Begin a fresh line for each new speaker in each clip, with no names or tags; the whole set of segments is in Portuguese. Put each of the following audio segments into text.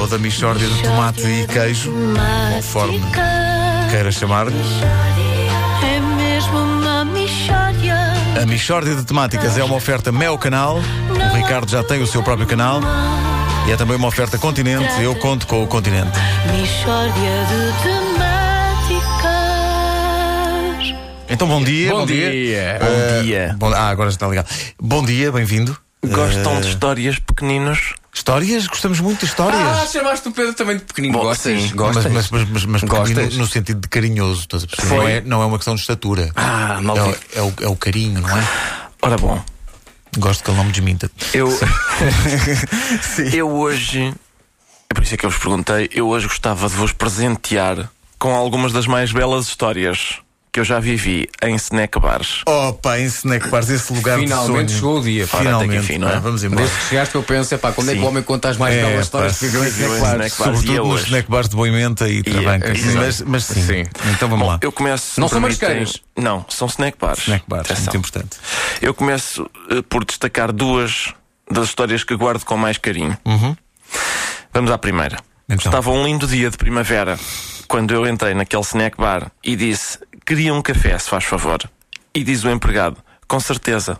Ou da Michórdia de Tomate e Queijo, conforme queiras chamar-lhe.
É mesmo uma mixória.
A Michórdia de Temáticas é uma oferta Mel Canal. O Ricardo já tem o seu próprio canal. E é também uma oferta Continente. Eu conto com o Continente.
Mixória de temáticas.
Então, bom dia.
Bom dia. Bom
Eh,
dia.
bom- ah, agora já está ligado. Bom dia, bem-vindo.
Gostam de histórias pequeninos?
Histórias? Gostamos muito de
Ah,
histórias.
chamaste o Pedro também de pequenino.
Bom,
gostas?
sim.
Gostas?
Mas, mas, mas, mas
Gostas?
pequenino no sentido de carinhoso, estás a perceber?
Foi.
Não, é, não é uma questão de estatura.
Ah,
é, o-
maldito.
é o, é o carinho, não é?
Ora bom,
Gosto que ele não me desminta.
eu. eu hoje. É por isso é que eu vos perguntei. Eu hoje gostava de vos presentear com algumas das mais belas histórias que eu já vivi em snack bars.
Opa, em Snack Bars, esse lugar
Finalmente
de sonho.
chegou o dia. pá.
Ora, até que
Finalmente,
enfim, não é?
pá, vamos embora.
Desde que chegaste, eu penso, é pá, quando é que
Sim.
o homem conta as mais belas
É,
histórias
pá,
que viveu em
viveu em
snack bars?
snack bars. E é
Sobretudo nos
hoje.
snack bars de Boimenta e Travanca.
é,
Sim, mas, mas sim.
Sim.
Então vamos lá.
Eu começo. se
Não
me
são
permitem-
marisqueiras?
Não, são snack bars.
Snack bars,
Atenção.
muito importante.
Eu começo eh, por destacar duas das histórias que guardo com mais carinho.
Uhum.
Vamos à primeira.
Então.
Estava um lindo dia de primavera quando eu entrei naquele snack bar e disse: Queria um café, se faz favor. E diz o empregado: Com certeza.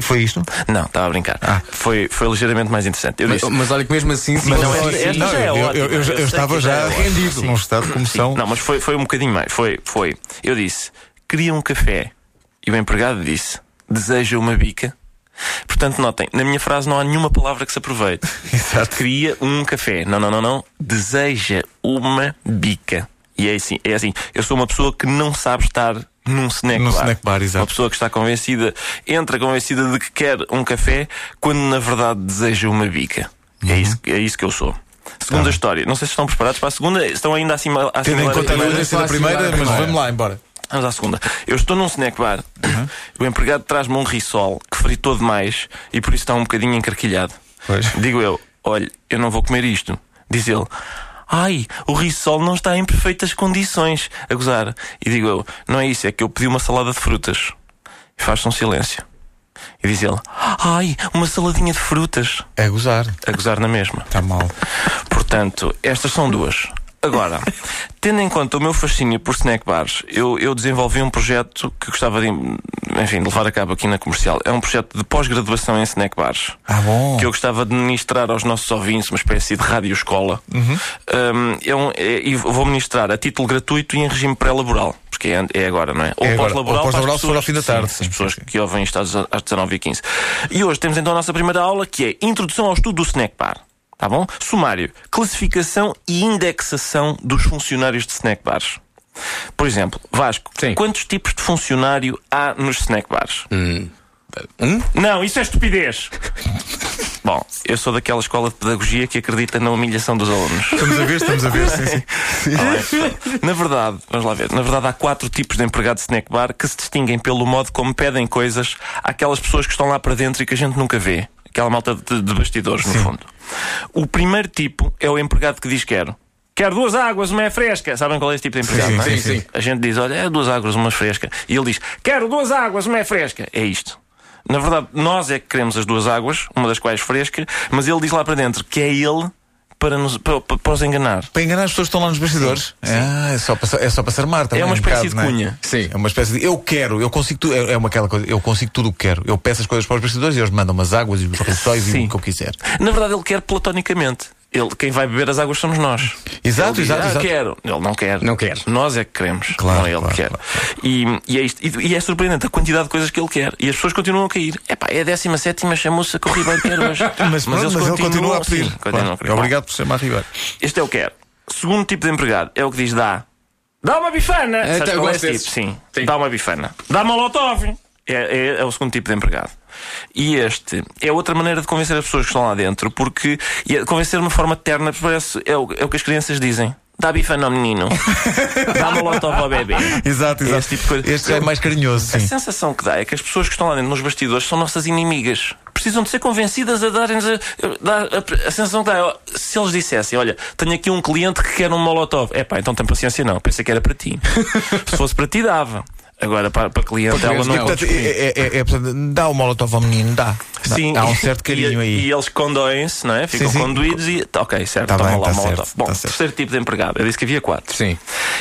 Foi isto?
Não, estava a brincar. Foi, foi ligeiramente mais interessante. Eu
Ah. Mas, oh,
disse:
mas olha que mesmo assim, se
Mas não,
fosse
esta-
assim,
esta já é
eu, eu-
ótima.
eu- eu
Eu sei
estava
que já é
já
ótima.
rendido num estado de comoção.
Não, mas foi, foi um bocadinho mais. Foi, foi, foi. Eu disse: queria um café. E o empregado disse: deseja uma bica. Portanto, notem, na minha frase não há nenhuma palavra que se aproveite.
Exato.
Queria um café. Não, não, não, não. Deseja uma bica. E é assim, é assim. Eu sou uma pessoa que não sabe estar num snack
Num
bar.
snack bar, exato.
Uma pessoa que está convencida, entra convencida de que quer um café, quando na verdade deseja uma bica. É,
Uhum.
isso, é isso que eu sou. Segunda história. Não sei se estão preparados para a segunda. Estão ainda assim a
Tá Tendo em
assimilar-
conta a
eu-
violência da
eu-
primeira,
eu-
mas
eu-
vamos lá, embora.
Vamos à segunda. Eu estou num snack bar. O empregado traz-me um risol que fritou demais e por isso está um bocadinho encarquilhado.
Pois.
Digo eu, olha, eu não vou comer isto. Diz ele, ai, o risol não está em perfeitas condições. A gozar. E digo eu, não é isso, é que eu pedi uma salada de frutas. E faz-se um silêncio. E diz ele, ai, uma saladinha de frutas.
É gozar.
A gozar na mesma.
Está mal.
Portanto, estas são duas. Agora, tendo em conta o meu fascínio por snack bars, eu, eu desenvolvi um projeto que gostava de, enfim, de levar a cabo aqui na comercial. É um projeto de pós-graduação em snack bars.
Ah, bom.
Que eu gostava de ministrar aos nossos ouvintes, uma espécie de rádio escola.
Uhum.
Hum, é, e vou ministrar a título gratuito e em regime pré-laboral. Porque é, é agora, não é? Ou
É agora. Ou
pós-laboral. para as
pós-laboral se for ao
pessoas-
fim da tarde,
Sim,
sim,
as pessoas
sim, sim.
que ouvem isto às, às 19h15. E hoje temos então a nossa primeira aula que é Introdução ao Estudo do Snack Bar. Tá bom? Sumário: classificação e indexação dos funcionários de snack bars. Por exemplo, Vasco,
Sim.
quantos tipos de funcionário há nos snack bars?
um?
Não, isso é estupidez! Bom, eu sou daquela escola de pedagogia que acredita na humilhação dos alunos.
Estamos a ver, estamos a ver. Sim, sim.
Na verdade, vamos lá ver, na verdade há quatro tipos de empregado de snack bar que se distinguem pelo modo como pedem coisas àquelas pessoas que estão lá para dentro e que a gente nunca vê. Aquela malta de, de bastidores, no fundo. O primeiro tipo é o empregado que diz quero. Quero duas águas, uma é fresca. Sabem qual é esse tipo de empregado,
sim,
não é?
sim, sim.
A gente diz, olha, é duas águas, uma fresca. E ele diz, quero duas águas, uma é fresca. É isto. Na verdade, nós é que queremos as duas águas, uma das quais fresca, mas ele diz lá para dentro que é ele para, nos, para, para- para os enganar. É
Para enganar as pessoas que estão lá nos bastidores. Ah, é só para, é só para se armar também.
É uma
um
espécie de
bocado, não é?
cunha.
Sim.
É uma espécie de eu quero, eu consigo tudo. É é uma aquela coisa, eu consigo tudo o que quero. Eu peço as coisas para os bastidores e eles mandam umas águas e os lençóis e
Sim.
o que eu quiser.
Na verdade, ele quer platonicamente. Ele, quem vai beber as águas somos nós.
Exato,
Ele diz,
exato,
"Ah,
exato.
quero. Ele não quer.
Não quer.
Nós é que queremos.
Claro,
não é ele
claro,
que quer. E, e é isto. E, e é surpreendente a quantidade de coisas que ele quer. E as pessoas continuam a cair. Epá, é a 17 chamou-se que o Ribeiro quer hoje.
Mas, pronto, mas ele continua a pedir.
Sim, assim. continuam a
Claro.
querer.
Obrigado por chamar Ribeiro.
Este é o quer. Segundo tipo de empregado é o que diz dá. Dá uma bifana! Sabes
Então eu
qual é
gosto
esse
desses.
tipo? Sim.
Sim.
Dá uma bifana. Dá molotov! É, é, é o segundo tipo de empregado. E este é outra maneira de convencer as pessoas que estão lá dentro, porque e é- convencer de uma forma terna parece, é, o, é o que as crianças dizem. Dá bifana ao menino. Dá molotov ao bebê.
Exato,
É
exato.
esse tipo de coisa.
Este é mais carinhoso,
A
sim.
sensação que dá é que as pessoas que estão lá dentro nos bastidores são nossas inimigas. Precisam de ser convencidas a darem-nos. A, dar- a- a sensação que dá é, ó, se eles dissessem: Olha, tenho aqui um cliente que quer um molotov. É pá, então tem paciência, não. Pensei que era para ti. se fosse para ti, dava. Agora, para, para clientela,
clientes
não
é
é
outro
Portanto, é, é, é, é, portanto, dá o molotov ao menino, dá. Dá-
Sim,
Dá um certo carinho
e,
aí.
E eles condoem-se, não é? Ficam
Sim, sim.
conduídos e. Ok, certo,
Tá
toma
bem,
lá
tá
uma
certo,
outra. Bom,
tá certo.
terceiro tipo de empregado. Eu disse que havia quatro.
Sim.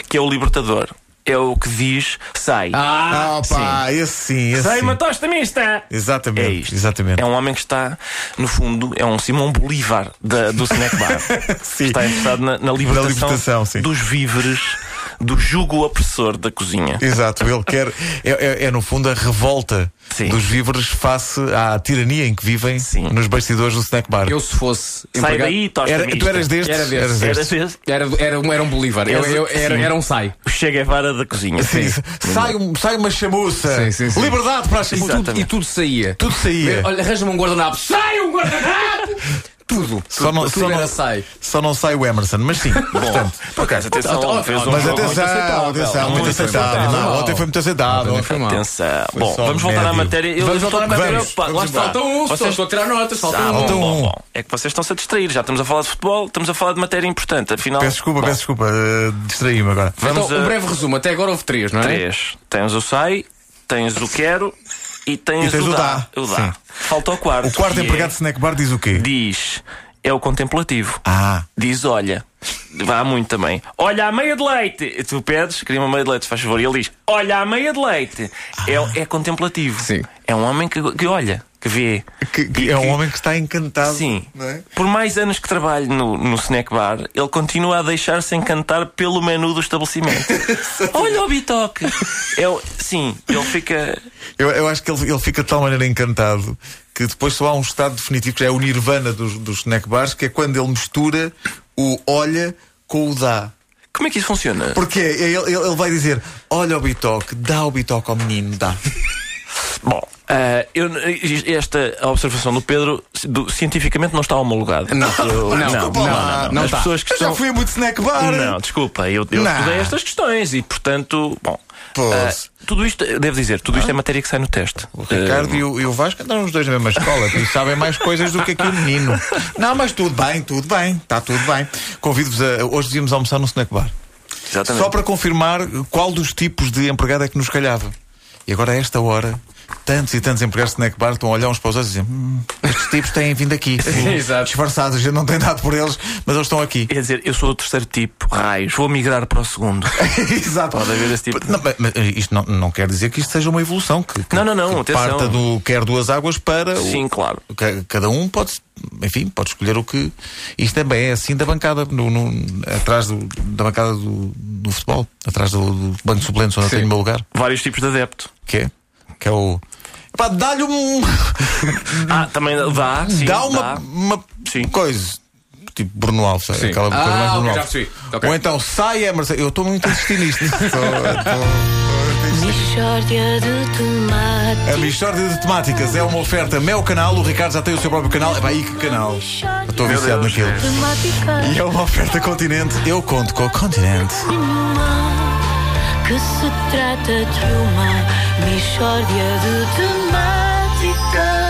Que é o libertador. É o que diz sai.
Ah,
pá, esse sim, esse
sai,
sim.
uma tosta mista!
Exatamente,
É isto.
exatamente.
É um homem que está, no fundo, é um Simão Bolívar da- do snack bar.
Sim.
Está interessado na, na libertação,
libertação, sim.
dos víveres, do jugo opressor da cozinha.
Exato, ele quer. É, é- é, no fundo a revolta
Sim.
dos víveres face à tirania em que vivem
Sim.
nos bastidores do snack bar.
Eu se fosse
Sai
empregado-
daí, tosta
Era-
mista.
tu eras destes?
Era destes.
Eras
Era
destes.
desse?
Era, era, um- era um Bolívar. Eu, eu- era,
Sim.
era um sai.
O Che Guevara da cozinha.
Sim. Sai, um- sai uma chamuça.
Sim, sim, sim.
Liberdade para a chamuça.
Exato.
Tudo,
Tudo- e tudo saía.
tudo saía.
Olha, arranja-me um guardanapo. Sai um guardanapo! tudo.
Só não,
tudo
só,
era
não,
sai.
só não sai o Emerson, mas sim. portanto,
Por acaso, atenção,
Ó, ó,
fez
ó,
um
mas
jogo-
muito
atenção,
aceitável.
atenção, muito
Muito
aceitável.
aceitável.
Não, Ontem foi muito aceitável.
Ontem foi mal.
Atenção. Bom,
só
vamos voltar à
médio.
matéria. Eu
Vamos
estou-
voltar à matéria.
Vamos, pá,
Vamos
lá está.
Faltam um, só
Vocês-
estou a tirar notas.
Ah,
Faltam um.
bom,
Faltam um.
bom, bom. É que vocês estão-se a distrair. Já estamos a falar de futebol, estamos a falar de matéria importante. Afinal,
Peço desculpa,
bom,
peço desculpa. eh, Distraí-me agora.
Então,
vamos a-
um breve resumo. Até agora houve três, não é?
Três. Tens o sai, tens o quero e tens,
E tens o
o dá.
dá.
O dá.
Sim.
Falta o quarto.
O quarto
que é-
empregado de snack bar diz o quê?
diz é o contemplativo.
Ah.
Diz olha. Vá muito também. Olha a meia de leite. E tu pedes, queria uma meia de leite, se faz favor. E ele diz: Olha a meia de leite.
Ah.
É, é contemplativo.
Sim.
É um homem que, que olha, que vê.
Que- que
E
é
que-
um homem que está encantado.
Sim.
não é?
Por mais anos que trabalhe no, no snack bar, ele continua a deixar-se encantar pelo menu do estabelecimento. Olha o bitoque! Eu, sim, ele fica.
Eu, eu acho que ele, ele fica de tal maneira encantado que depois só há um estado definitivo, que já é o nirvana dos, dos snack bars, que é quando ele mistura o olha com o dá.
Como é que isso funciona?
Porque é- é ele, ele- ele vai dizer: olha o bitoque, dá o bitoque ao menino, dá.
Bom, ah, eu- esta observação do Pedro do- cientificamente não está homologada.
Não,
Eu-
não, não,
desculpa lá.
não
As
tá.
pessoas que
Eu já
estão.
fui a muito snack bar.
Não, desculpa, eu, eu
Não.
estudei estas questões e, portanto, bom.
Pois. Ah.
ah, tudo isto, eu devo dizer, tudo isto é matéria que sai no teste.
O Ricardo e o, e o Vasco andaram os dois na mesma escola e sabem mais coisas do que aqui o menino. Não, mas tudo bem, tudo bem, está tudo bem. Convido-vos a. Hoje devíamos almoçar no snack bar.
Exatamente.
Só para confirmar qual dos tipos de empregado é que nos calhava. E agora, a esta hora, tantos e tantos empregados de snack bar estão a olhar uns para os outros e dizem: "Hum, estes tipos têm vindo aqui. Hum,
Exato.
Disfarçados, a gente não tem dado por eles, mas eles estão aqui.
É dizer, eu sou do terceiro tipo, raios, vou migrar para o segundo.
Exato.
Pode haver esse tipo.
Não, mas- mas eh, isto não, não quer dizer que isto seja uma evolução. Que, que-
Não, não, não,
que
atenção.
parta do quer duas águas para o-
Sim, claro.
Ca- Cada um pode, enfim, pode escolher o que. Isto também é assim da bancada, no, no- atrás do- da bancada do, do futebol, atrás do, do banco de suplentes onde eu
Sim.
tenho o meu lugar,
Vários tipos de adepto.
que é, que é o. Pá, dá-lhe um.
Ah, também dá, sim.
dá uma, uma
Sim.
coisa. Tipo Bruno Alves,
Sim.
aquela coisa
Ah,
mais
ok,
Bruno
já
Alves.
percebi. Ok.
Ou então sai Emerson. Eu estou muito a insistir nisto. Estou- estou-
Mixórdia de
A
tomate.
Mistória É de Temáticas é uma oferta meu canal, o Ricardo já tem o seu próprio canal. É aí que canal. Eu Estou
Meu
viciado
Deus,
naquilo.
é.
E
Temática
é uma oferta continente. Eu conto com a continente.
nenhuma que se trata de uma mixórdia de temática.